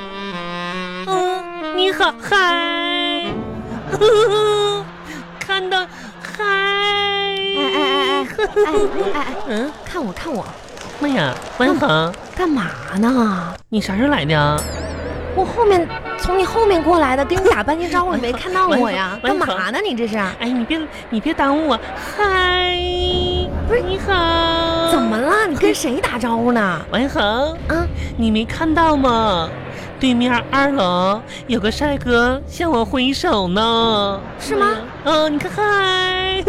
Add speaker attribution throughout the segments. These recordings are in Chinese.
Speaker 1: 嗯，你好嗨，看到嗨，
Speaker 2: 哎哎哎哎哎哎哎，
Speaker 1: 嗯，
Speaker 2: 看我看我，
Speaker 1: 妹呀，万恒，
Speaker 2: 干嘛呢？
Speaker 1: 你啥时候来的啊？
Speaker 2: 我后面从你后面过来的，跟你打半天招呼，你没看到 我呀？干嘛呢？你这是
Speaker 1: 哎，你别你别耽误我，嗨，
Speaker 2: 不是
Speaker 1: 你好，
Speaker 2: 怎么了？你跟谁打招呼呢？
Speaker 1: 万恒，
Speaker 2: 啊，
Speaker 1: 你没看到吗？对面二楼有个帅哥向我挥手呢，
Speaker 2: 是吗？
Speaker 1: 嗯、你看 嗨，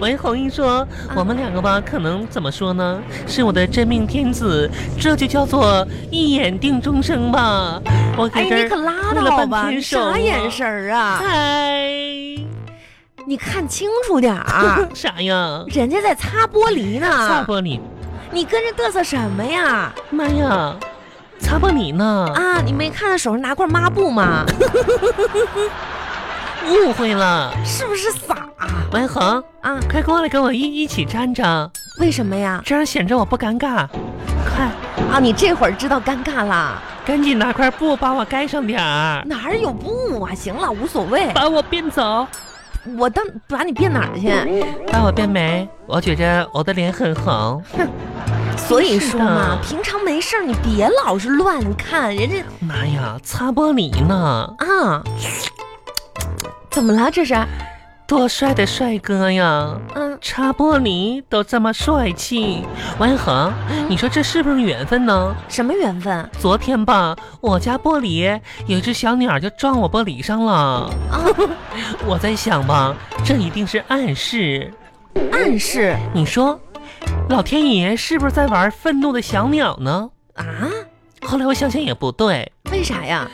Speaker 1: 王一红一说，我们两个吧，可能怎么说呢？是我的真命天子，这就叫做一眼定终生吧。我
Speaker 2: 哎，
Speaker 1: 搁这
Speaker 2: 你可
Speaker 1: 儿
Speaker 2: 拉
Speaker 1: 握了
Speaker 2: 倒
Speaker 1: 半
Speaker 2: 吧！
Speaker 1: 天
Speaker 2: 你
Speaker 1: 手
Speaker 2: 啥眼
Speaker 1: 啊
Speaker 2: 神儿啊？
Speaker 1: 嗨，，
Speaker 2: 你看清楚点儿啊
Speaker 1: 啥呀？
Speaker 2: 人家在擦玻璃
Speaker 1: 擦
Speaker 2: 呢，
Speaker 1: 玻璃，
Speaker 2: 你跟着嘚瑟什么呀？
Speaker 1: 妈呀，擦玻璃呢？
Speaker 2: 啊，你没看他手上拿块抹布吗？
Speaker 1: 误会了，
Speaker 2: 是不是傻
Speaker 1: 王一红，
Speaker 2: 啊？
Speaker 1: 快过来跟我一一起站着，
Speaker 2: 为什么呀？
Speaker 1: 这样显着我不尴尬。快。
Speaker 2: 啊，你这会儿知道尴尬了？
Speaker 1: 赶紧拿块布把我盖上点儿，
Speaker 2: 哪儿有布啊？行了，无所谓。
Speaker 1: 把我变走，
Speaker 2: 我当把你变哪儿去？
Speaker 1: 把我变没。我觉着我的脸很红，
Speaker 2: 所以说嘛
Speaker 1: 真是的，
Speaker 2: 平常没事儿你别老是乱看人家
Speaker 1: 妈呀，擦玻璃呢，
Speaker 2: 啊。怎么了？这是？
Speaker 1: 多帅的帅哥呀！
Speaker 2: 嗯，
Speaker 1: 擦玻璃都这么帅气，王一恒，
Speaker 2: 嗯
Speaker 1: 你说这是不是缘分呢？
Speaker 2: 什么缘分？
Speaker 1: 昨天吧，我家玻璃有一只小鸟就撞我玻璃上了。
Speaker 2: 啊
Speaker 1: 我在想吧，这一定是暗示。
Speaker 2: 暗示
Speaker 1: 你说，老天爷是不是在玩愤怒的小鸟呢？
Speaker 2: 啊？
Speaker 1: 后来我想想也不对，
Speaker 2: 为啥呀？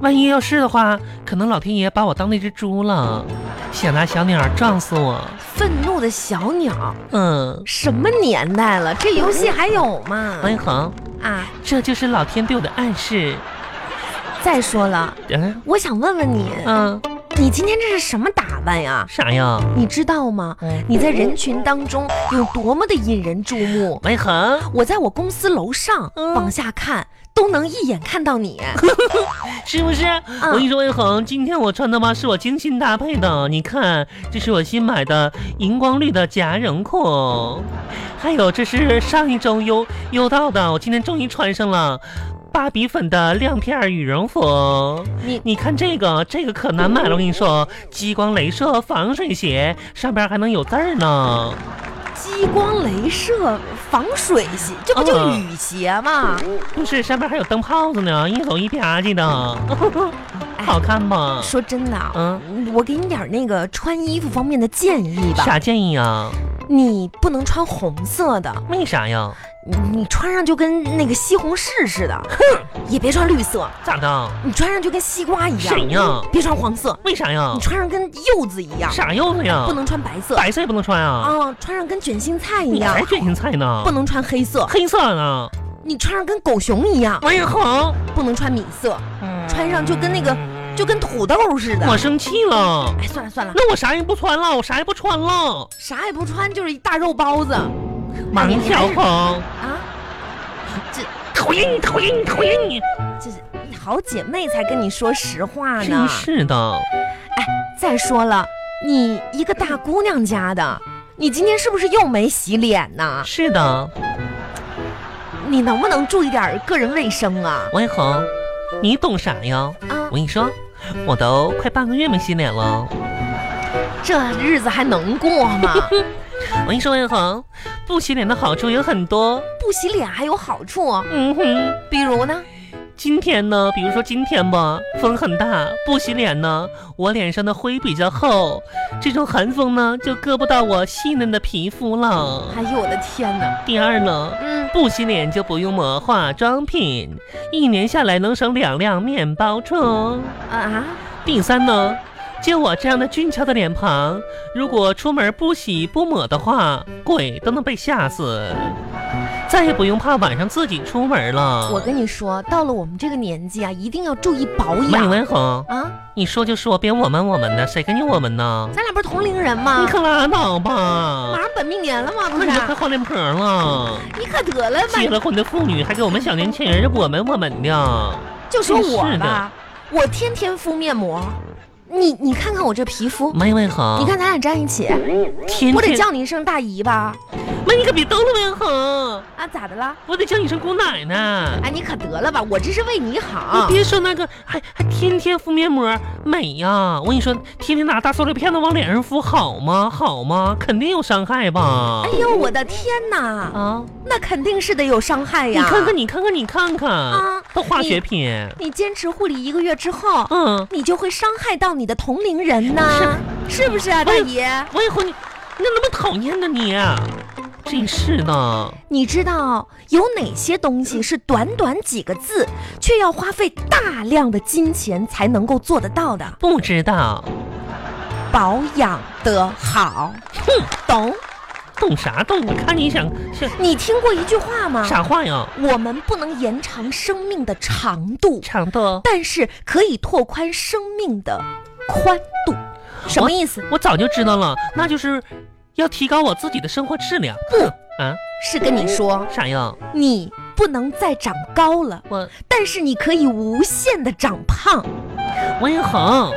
Speaker 1: 万一要是的话，可能老天爷把我当那只猪了，想拿小鸟撞死我。
Speaker 2: 愤怒的小鸟，
Speaker 1: 嗯，
Speaker 2: 什么年代了？这游戏还有吗？
Speaker 1: 王一恒，
Speaker 2: 啊，
Speaker 1: 这就是老天对我的暗示。
Speaker 2: 再说了，
Speaker 1: 嗯
Speaker 2: 我想问问你，
Speaker 1: 嗯，
Speaker 2: 你今天这是什么打扮呀？
Speaker 1: 啥呀？
Speaker 2: 你知道吗？
Speaker 1: 嗯
Speaker 2: 你在人群当中有多么的引人注目？
Speaker 1: 王一恒，
Speaker 2: 我在我公司楼上
Speaker 1: 嗯
Speaker 2: 往下看，都能一眼看 到你。
Speaker 1: 是不是？我跟你说，王一恒，今天我穿的吧是我精心搭配的，你看，这是我新买的荧光绿的夹绒裤，还有这是上一周邮邮到的，我今天终于穿上了。芭比粉的亮片儿羽绒服，
Speaker 2: 你
Speaker 1: 你看这个，这个可难买了。我跟你说，激光镭射防水鞋，上边还能有字儿呢。
Speaker 2: 激光镭射防水鞋，这不就
Speaker 1: 嗯
Speaker 2: 雨鞋吗？
Speaker 1: 不是，上边还有灯泡子呢，一走一吧唧的，好看吧？
Speaker 2: 说真的啊，
Speaker 1: 嗯，
Speaker 2: 我给你点儿那个穿衣服方面的建议吧。
Speaker 1: 啥建议啊？
Speaker 2: 你不能穿红色的，
Speaker 1: 为啥呀？
Speaker 2: 你你穿上就跟那个西红柿似的。也别穿绿色，
Speaker 1: 咋的？
Speaker 2: 你穿上就跟西瓜一样。
Speaker 1: 谁呀嗯
Speaker 2: 别穿黄色，
Speaker 1: 为啥呀
Speaker 2: 你？穿上跟柚子一样，
Speaker 1: 啥柚子呀？
Speaker 2: 不能穿白色。
Speaker 1: 白色也不能穿啊。
Speaker 2: 啊，穿上跟卷心菜一
Speaker 1: 你
Speaker 2: 样
Speaker 1: 还，卷心菜呢
Speaker 2: 不？能穿黑色。
Speaker 1: 黑色呢？哎
Speaker 2: 你穿上跟狗熊一样，
Speaker 1: 王一恒，
Speaker 2: 不能穿米色，穿上就跟那个就跟土豆似的。
Speaker 1: 我生气了。
Speaker 2: 哎，算了算了，
Speaker 1: 那我啥也不穿了，我啥也不穿了。
Speaker 2: 啥也不穿，就是一大肉包子
Speaker 1: 王小红，
Speaker 2: 啊！
Speaker 1: 讨厌你，讨厌你，讨厌你！
Speaker 2: 这是好姐妹才跟你说实话呢
Speaker 1: 真。是的。
Speaker 2: 再说了，你一个大姑娘家的，你今天是不是又没洗脸呢？
Speaker 1: 是的，
Speaker 2: 你能不能注意点儿个人卫生啊？
Speaker 1: 王一恒，你懂啥呀？
Speaker 2: 啊
Speaker 1: 我，跟你说，我都快半个月没洗脸了。
Speaker 2: 这日子还能过吗？
Speaker 1: 我跟你说，王一恒，不洗脸的好处有很多。
Speaker 2: 不洗脸还有好处，
Speaker 1: 嗯哼。
Speaker 2: 比如呢？
Speaker 1: 今天呢，比如说今天吧，风很大，不洗脸呢，我脸上的灰比较厚，这种寒风呢就割不到我细嫩的皮肤了。
Speaker 2: 哎呦我的天哪！
Speaker 1: 第二呢，
Speaker 2: 嗯，
Speaker 1: 不洗脸就不用抹化妆品，一年下来能省两辆面包车。
Speaker 2: 啊，
Speaker 1: 第三呢，就我这样的俊俏的脸庞，如果出门不洗不抹的话，鬼都能被吓死。再也不用怕晚上自己出门了。
Speaker 2: 我跟你说，到了我们这个年纪啊，一定要注意
Speaker 1: 马
Speaker 2: 保
Speaker 1: 永
Speaker 2: 养
Speaker 1: 文红，
Speaker 2: 啊！
Speaker 1: 你说就说，别我们我们的，谁跟你我们呢？
Speaker 2: 咱俩不是同龄人吗
Speaker 1: 你？可拉倒
Speaker 2: 马
Speaker 1: 吧！
Speaker 2: 上本命年了吗？不
Speaker 1: 那
Speaker 2: 是
Speaker 1: 你，就快换脸婆了，
Speaker 2: 你可得了吧
Speaker 1: 结！了婚的妇女还给我们小年轻人我们我们的。
Speaker 2: 就说我
Speaker 1: 真是的
Speaker 2: 吧，我天天敷面膜，你你看看我这皮肤，
Speaker 1: 马永文红，
Speaker 2: 你看咱俩站一起，
Speaker 1: 天天，
Speaker 2: 我得叫你一声大姨吧？
Speaker 1: 妈，你可别逗了，文红，
Speaker 2: 啊，咋的啦？
Speaker 1: 我得叫你一声姑奶奶。
Speaker 2: 哎，你可得了吧，我这是为你
Speaker 1: 你
Speaker 2: 好。
Speaker 1: 别说那个，还还天天敷面膜，美呀！我跟你说，天天拿大塑料片子往脸上敷，好吗？好吗？肯定有伤害吧
Speaker 2: 哎？呦，我的天哪，
Speaker 1: 啊！
Speaker 2: 那肯定是得有伤害
Speaker 1: 你
Speaker 2: 哎呀！
Speaker 1: 看看，你看看，你看看，
Speaker 2: 啊
Speaker 1: 都化
Speaker 2: 你
Speaker 1: 学品。
Speaker 2: 你坚持护理一个月之后，
Speaker 1: 嗯，
Speaker 2: 你就会伤害到你的同龄人呐，是不是啊，大
Speaker 1: 哎
Speaker 2: 姨？
Speaker 1: 我以后你，你怎么那么讨厌呢你？啊真是的，
Speaker 2: 你知道有哪些东西是短短几个字，却要花费大量的金钱才能够做得到的？
Speaker 1: 不知道
Speaker 2: 保养得好，懂？
Speaker 1: 懂啥懂？我看你想想
Speaker 2: 你听过一句话吗？
Speaker 1: 啥话呀？
Speaker 2: 我们不能延长生命的长度，
Speaker 1: 长的，
Speaker 2: 但是可以拓宽生命的宽度。什么意思？
Speaker 1: 我早就知道了，那就是要提高我自己的生活质量。
Speaker 2: 不
Speaker 1: 啊，
Speaker 2: 是跟你说，
Speaker 1: 啥呀？
Speaker 2: 你不能再长高了，
Speaker 1: 我
Speaker 2: 但是你可以无限的长胖。
Speaker 1: 王一恒，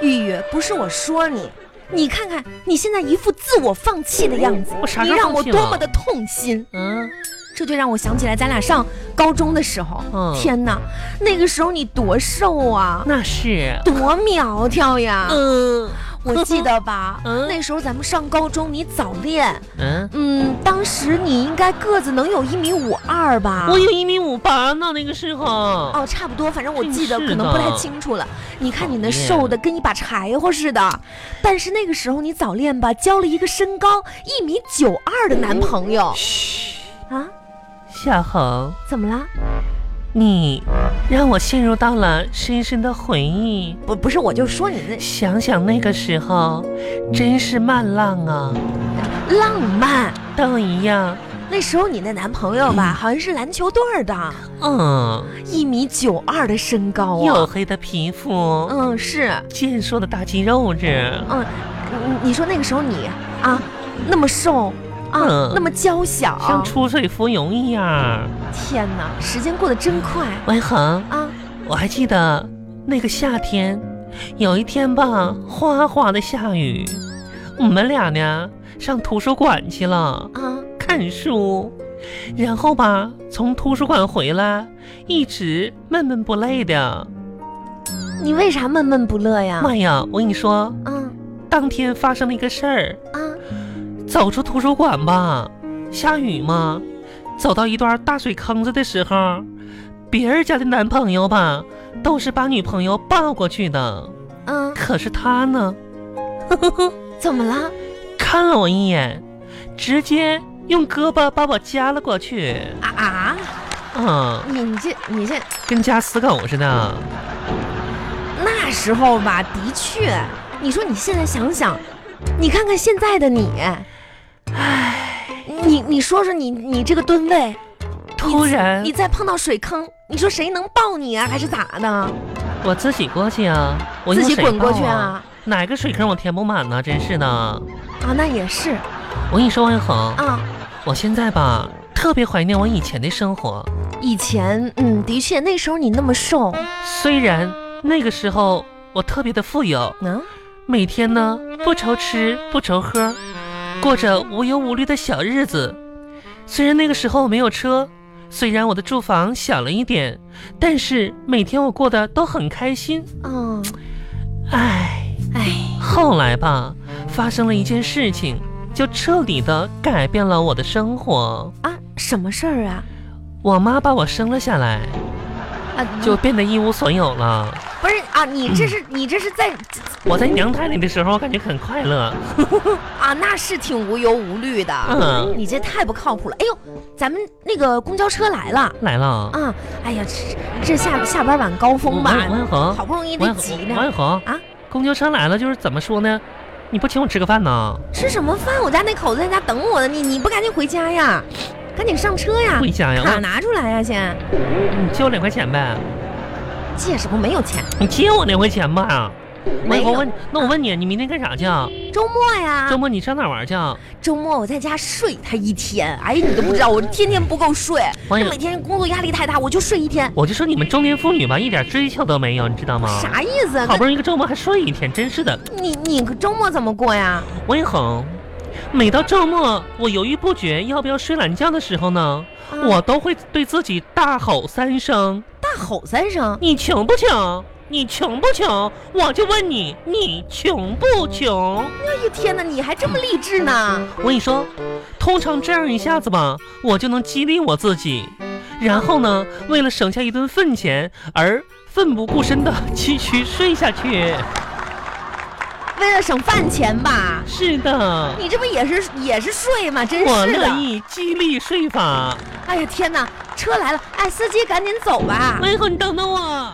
Speaker 2: 玉玉，不是我说你，你看看你现在一副自我放弃的样子
Speaker 1: 我啥，
Speaker 2: 你
Speaker 1: 时候
Speaker 2: 让我
Speaker 1: 放弃
Speaker 2: 多
Speaker 1: 了
Speaker 2: 么的痛心。
Speaker 1: 嗯，
Speaker 2: 这就让我想起来咱俩上高中的时候，
Speaker 1: 嗯
Speaker 2: 天哪，那个时候你多瘦 啊，
Speaker 1: 那是，
Speaker 2: 多苗条呀！
Speaker 1: 嗯
Speaker 2: 我记得吧，
Speaker 1: 嗯
Speaker 2: 那时候咱们上高中，你早恋，
Speaker 1: 嗯，
Speaker 2: 嗯，当时你应该个子能有一米五二吧？
Speaker 1: 我有一米五八呢，那个时候。
Speaker 2: 哦，差不多，反正我
Speaker 1: 真
Speaker 2: 记得
Speaker 1: 是
Speaker 2: 可能不太
Speaker 1: 的
Speaker 2: 清楚了。你看你
Speaker 1: 讨
Speaker 2: 那
Speaker 1: 厌
Speaker 2: 瘦的跟一把柴火似的，但是那个时候你早恋吧，交了一个身高一米九二的男朋友
Speaker 1: 嘘，
Speaker 2: 啊？
Speaker 1: 夏恒，
Speaker 2: 怎么了？
Speaker 1: 你让我陷入到了深深的回忆。
Speaker 2: 不，不是，我就说你那
Speaker 1: 想想那个时候，真是漫浪啊，
Speaker 2: 嗯浪漫。
Speaker 1: 都一样。
Speaker 2: 那时候你那男朋友吧，好像是篮球队儿的，
Speaker 1: 嗯，
Speaker 2: 一米九二的身高
Speaker 1: 黝
Speaker 2: 啊。
Speaker 1: 黑的皮肤，
Speaker 2: 嗯，是，
Speaker 1: 健硕的大肌肉子，
Speaker 2: 嗯，你你说那个时候你啊，那么瘦啊，
Speaker 1: 嗯
Speaker 2: 那么娇小，
Speaker 1: 像出水芙蓉一样。
Speaker 2: 天哪，时间过得真快
Speaker 1: 文恒，
Speaker 2: 啊！
Speaker 1: 我还记得那个夏天，有一天吧，哗哗的下雨，我们俩呢上图书馆去了
Speaker 2: 啊，
Speaker 1: 看书，然后吧从图书馆回来，一直闷闷不乐的。
Speaker 2: 你为啥闷闷不乐呀？
Speaker 1: 妈呀，我跟你说，
Speaker 2: 嗯
Speaker 1: 当天发生了一个事儿，
Speaker 2: 啊，
Speaker 1: 走出图书馆吧，下雨嘛，走到一段大水坑子的时候，别人家的男朋友吧，都是把女朋友抱过去的，
Speaker 2: 嗯，
Speaker 1: 可是他呢，
Speaker 2: 怎么了？
Speaker 1: 看了我一眼，直接用胳膊把我夹了过去，
Speaker 2: 啊啊！
Speaker 1: 嗯，
Speaker 2: 你你这你这
Speaker 1: 跟夹死狗似的。
Speaker 2: 那时候吧，的确，你说你现在想想，你看看现在的你，唉，你你说说你你这个吨位，
Speaker 1: 突然
Speaker 2: 你，再碰到水坑，你说谁能抱你啊？还是咋的？
Speaker 1: 我自己过去啊，我
Speaker 2: 自
Speaker 1: 用
Speaker 2: 己
Speaker 1: 谁
Speaker 2: 滚过
Speaker 1: 抱
Speaker 2: 去
Speaker 1: 啊！
Speaker 2: 啊？
Speaker 1: 哪个水坑我填不满呢？真是的，
Speaker 2: 啊，那也是
Speaker 1: 我跟你说，王一恒，
Speaker 2: 啊。
Speaker 1: 我现在吧，特别怀念我以前的生活。
Speaker 2: 以前，嗯，的确，那时候你那么瘦，
Speaker 1: 虽然那个时候我特别的富有，
Speaker 2: 嗯，
Speaker 1: 每天呢不愁吃不愁喝，过着无忧无虑的小日子。虽然那个时候我没有车，虽然我的住房小了一点，但是每天我过得都很开心。
Speaker 2: 嗯，
Speaker 1: 唉，
Speaker 2: 哎，
Speaker 1: 后来吧，发生了一件事情，就彻底的改变了我的生活。
Speaker 2: 啊，什么事儿啊？
Speaker 1: 我妈把我生了下来，
Speaker 2: 啊，
Speaker 1: 就变得一无所有了。
Speaker 2: 不是啊，你这是你这是在
Speaker 1: 我在娘胎里的时候，我感觉很快乐。
Speaker 2: 啊，那是挺无忧无虑的。
Speaker 1: 嗯
Speaker 2: 你这太不靠谱了。哎呦，咱们那个公交车来了
Speaker 1: 来了，
Speaker 2: 啊！哎呀，这这下下班晚高峰吧，
Speaker 1: 王一恒，
Speaker 2: 好不容易
Speaker 1: 王
Speaker 2: 得
Speaker 1: 一
Speaker 2: 挤
Speaker 1: 恒，王
Speaker 2: 呢。
Speaker 1: 一恒
Speaker 2: 啊，
Speaker 1: 公交车来了，就是怎么说呢？你不请我吃个饭呢？
Speaker 2: 啊吃什么饭？我家那口子在家等我呢，你你不赶紧回家呀？赶紧上车呀！
Speaker 1: 跪下呀！
Speaker 2: 卡拿出来呀，先。
Speaker 1: 你借我两块钱呗？
Speaker 2: 借什么？没有钱。
Speaker 1: 你借我两块钱吧。
Speaker 2: 没
Speaker 1: 我
Speaker 2: 有
Speaker 1: 问，那我问你，你明天干啥去啊？
Speaker 2: 周末呀，
Speaker 1: 周末你上哪玩去啊？
Speaker 2: 周末我在家睡他一天，哎，你都不知道，我天天不够睡，
Speaker 1: 哎呀
Speaker 2: 这每天工作压力太大，我就睡一天，
Speaker 1: 我就说你们中年妇女吧，一点追求都没有，你知道吗？
Speaker 2: 啥意思？
Speaker 1: 啊
Speaker 2: 啊
Speaker 1: 好不容易一个周末还睡一天，真是的。
Speaker 2: 那你你周末怎么过呀？
Speaker 1: 温恒，每到周末我犹豫不决要不要睡懒觉的时候呢，
Speaker 2: 啊
Speaker 1: 我都会对自己大吼三声：“
Speaker 2: 大吼三声，
Speaker 1: 你穷不穷？你穷不穷？我就问你，你穷不穷？”
Speaker 2: 哎呦天哪，你还这么励志呢？
Speaker 1: 我跟你说，通常这样一下子吧，我就能激励我自己，然后呢，为了省下一顿饭钱而奋不顾身的继续睡下去。
Speaker 2: 为了省饭钱吧？
Speaker 1: 是的，
Speaker 2: 你这不也是也是睡吗？真
Speaker 1: 我
Speaker 2: 是
Speaker 1: 乐
Speaker 2: 的！
Speaker 1: 意激励睡法。
Speaker 2: 哎呀天哪，车来了，哎，司机赶紧走吧。
Speaker 1: 喂，恒，你等等我。